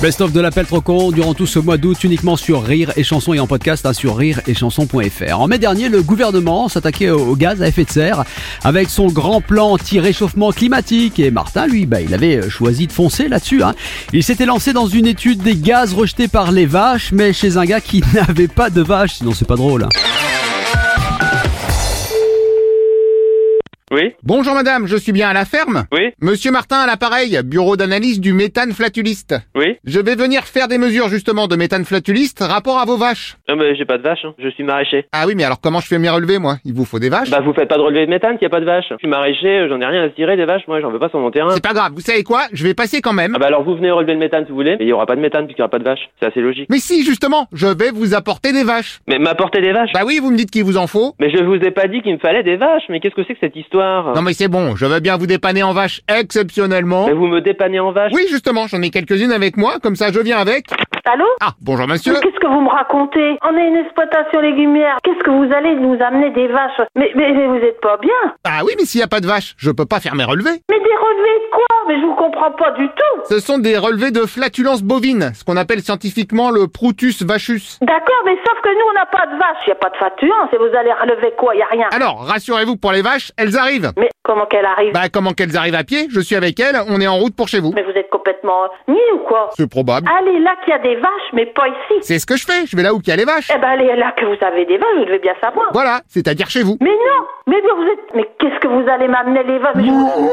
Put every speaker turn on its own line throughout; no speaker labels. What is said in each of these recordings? Best-of de l'appel trop court durant tout ce mois d'août uniquement sur Rire et Chanson et en podcast hein, sur rireetchanson.fr. En mai dernier, le gouvernement s'attaquait au, au gaz à effet de serre avec son grand plan anti-réchauffement climatique et Martin, lui, bah, il avait euh, choisi de foncer là-dessus. hein. Il s'était lancé dans une étude des gaz rejetés par les vaches, mais chez un gars qui n'avait pas de vaches, sinon c'est pas drôle. hein.
Oui,
Bonjour madame, je suis bien à la ferme
oui,
Monsieur Martin à l'appareil, bureau d'analyse du méthane flatuliste.
oui.
Je vais venir faire des mesures justement de méthane flatuliste rapport à vos vaches.
Non mais j'ai pas de vache, hein. je suis maraîcher.
Ah oui, mais alors comment je fais mes relevés moi Il vous faut des vaches
Bah vous faites pas de relevé de méthane s'il y a pas de vache. Je suis maraîcher, euh, j'en ai rien à tirer des vaches, moi j'en veux pas sur mon terrain.
C'est pas grave, vous savez quoi Je vais passer quand même.
Ah bah alors vous venez relever le méthane si vous voulez, mais il y aura pas de méthane puisqu'il y aura pas de vache. C'est assez logique.
Mais si, justement, je vais vous apporter des vaches.
Mais m'apporter des vaches
Bah oui, vous me dites qu'il vous en faut.
Mais je vous ai pas dit qu'il me fallait des vaches, mais qu'est-ce que c'est que cette histoire
Non mais c'est bon, je veux bien vous dépanner en vaches exceptionnellement.
Mais vous me dépannez en vache
Oui, justement, j'en ai quelques-unes avec moi, comme ça je viens avec.
Allô
Ah, bonjour monsieur.
Mais qu'est-ce que vous me racontez On est une exploitation légumière. Qu'est-ce que vous allez nous amener des vaches mais, mais, mais vous êtes pas bien.
Ah oui, mais s'il y a pas de vaches, je peux pas faire mes relevés.
Mais des relevés de quoi Mais je vous comprends pas du tout.
Ce sont des relevés de flatulence bovine, ce qu'on appelle scientifiquement le Proutus vachus.
D'accord, mais sauf que nous, on n'a pas de vaches. Il a pas de faturance et vous allez relever quoi Il a rien.
Alors, rassurez-vous, pour les vaches, elles arrivent.
Mais comment qu'elle arrive
Bah, comment qu'elles arrivent à pied Je suis avec elles, on est en route pour chez vous.
Mais vous êtes complètement ni ou quoi
C'est probable.
Allez là qu'il y a des vaches, mais pas ici.
C'est ce que je fais, je vais là où qu'il y a les vaches.
Eh ben allez là que vous avez des vaches, vous devez bien savoir.
Voilà, c'est-à-dire chez vous.
Mais non Mais bien, vous êtes... Mais qu'est-ce que vous allez m'amener les vaches Mais je vous-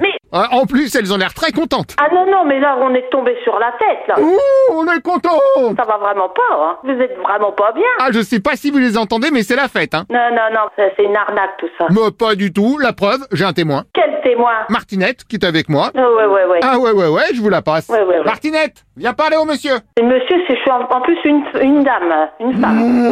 Mais-
Euh, En plus, elles ont l'air très contentes.
Ah non, non, mais là, on est tombé sur la tête, là.
Ouh, on est contentes
Ça va vraiment pas, hein. Vous êtes vraiment pas bien.
Ah, je sais pas si vous les entendez, mais c'est la fête, hein.
Non, non, non, ça, c'est une arnaque tout ça.
Mais pas du tout, la preuve, j'ai un témoin.
Quel témoin
Martinette, qui est avec moi.
Ouais, ouais, ouais, ouais.
Ah ouais, ouais, ouais, je vous la passe.
Ouais, ouais, ouais.
Martinette, viens parler au monsieur.
Et Monsieur, c'est je suis en, en plus une, une dame, une femme.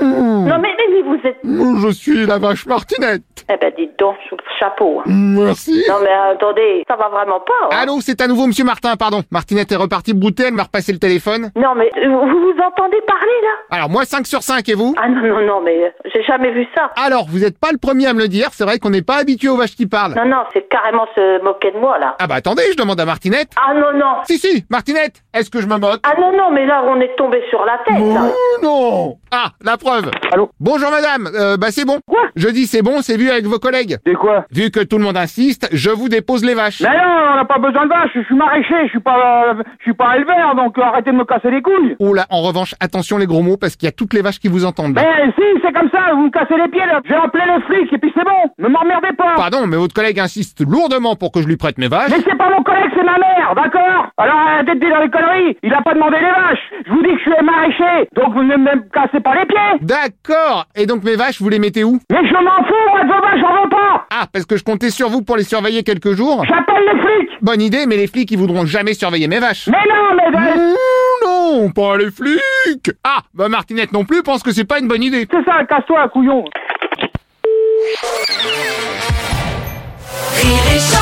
Non, mais, mais vous êtes...
Je suis la vache Martinette.
Eh ben, dites donc, sous le chapeau. hein.
Merci.
Non, mais attendez, ça va vraiment pas, hein.
Allô, c'est à nouveau Monsieur Martin, pardon. Martinette est repartie brouter, elle m'a repassé le téléphone.
Non, mais euh, vous vous entendez parler, là
Alors, moi 5 sur 5 et vous
Ah non, non, non, mais euh, j'ai jamais vu ça.
Alors, vous n'êtes pas le premier à me le dire, c'est vrai qu'on n'est pas habitué aux vaches qui parlent.
Non, non, c'est carrément se moquer de moi, là.
Ah bah attendez, je demande à Martinette.
Ah non, non
Si, si, Martinette, est-ce que je me moque
Ah non, non, mais là, on est tombé sur la tête, là.
Oh, non Ah, la preuve
Allô
Bonjour madame, euh, bah c'est bon.
Quoi
je dis c'est bon, c'est vu avec vos collègues.
C'est quoi
Vu que tout le monde insiste, je vous dépose les vaches.
Mais non, on n'a pas besoin de vache, je suis maraîcher, je suis pas, euh, je suis pas éleveur, donc euh, arrêtez de me casser les couilles.
Oh là, en revanche, attention les gros mots, parce qu'il y a toutes les vaches qui vous entendent. là.
Mais si, c'est comme ça, vous me cassez les pieds là, j'ai appelé les flics et puis c'est bon, ne m'emmerdez pas.
Pardon, mais votre collègue insiste lourdement pour que je lui prête mes vaches.
Mais c'est pas mon collègue, c'est ma mère, d'accord Alors arrêtez de dire les conneries, il a pas demandé les vaches. Je vous dis que je suis maraîcher, donc vous ne me cassez pas les pieds.
D'accord Et donc mes vaches, vous les mettez où
Mais je m'en fous, moi de vos vaches, j'en veux pas.
Ah, parce que je comptais sur vous pour les surveiller quelques jours.
J'appelle les flics.
Bonne idée, mais les flics, ils voudront jamais surveiller mes vaches.
Mais non, mais euh,
Mmh, non, pas les flics Ah, bah Martinette non plus pense que c'est pas une bonne idée.
c'est ça, casse-toi, couillon.
Rire et chanson.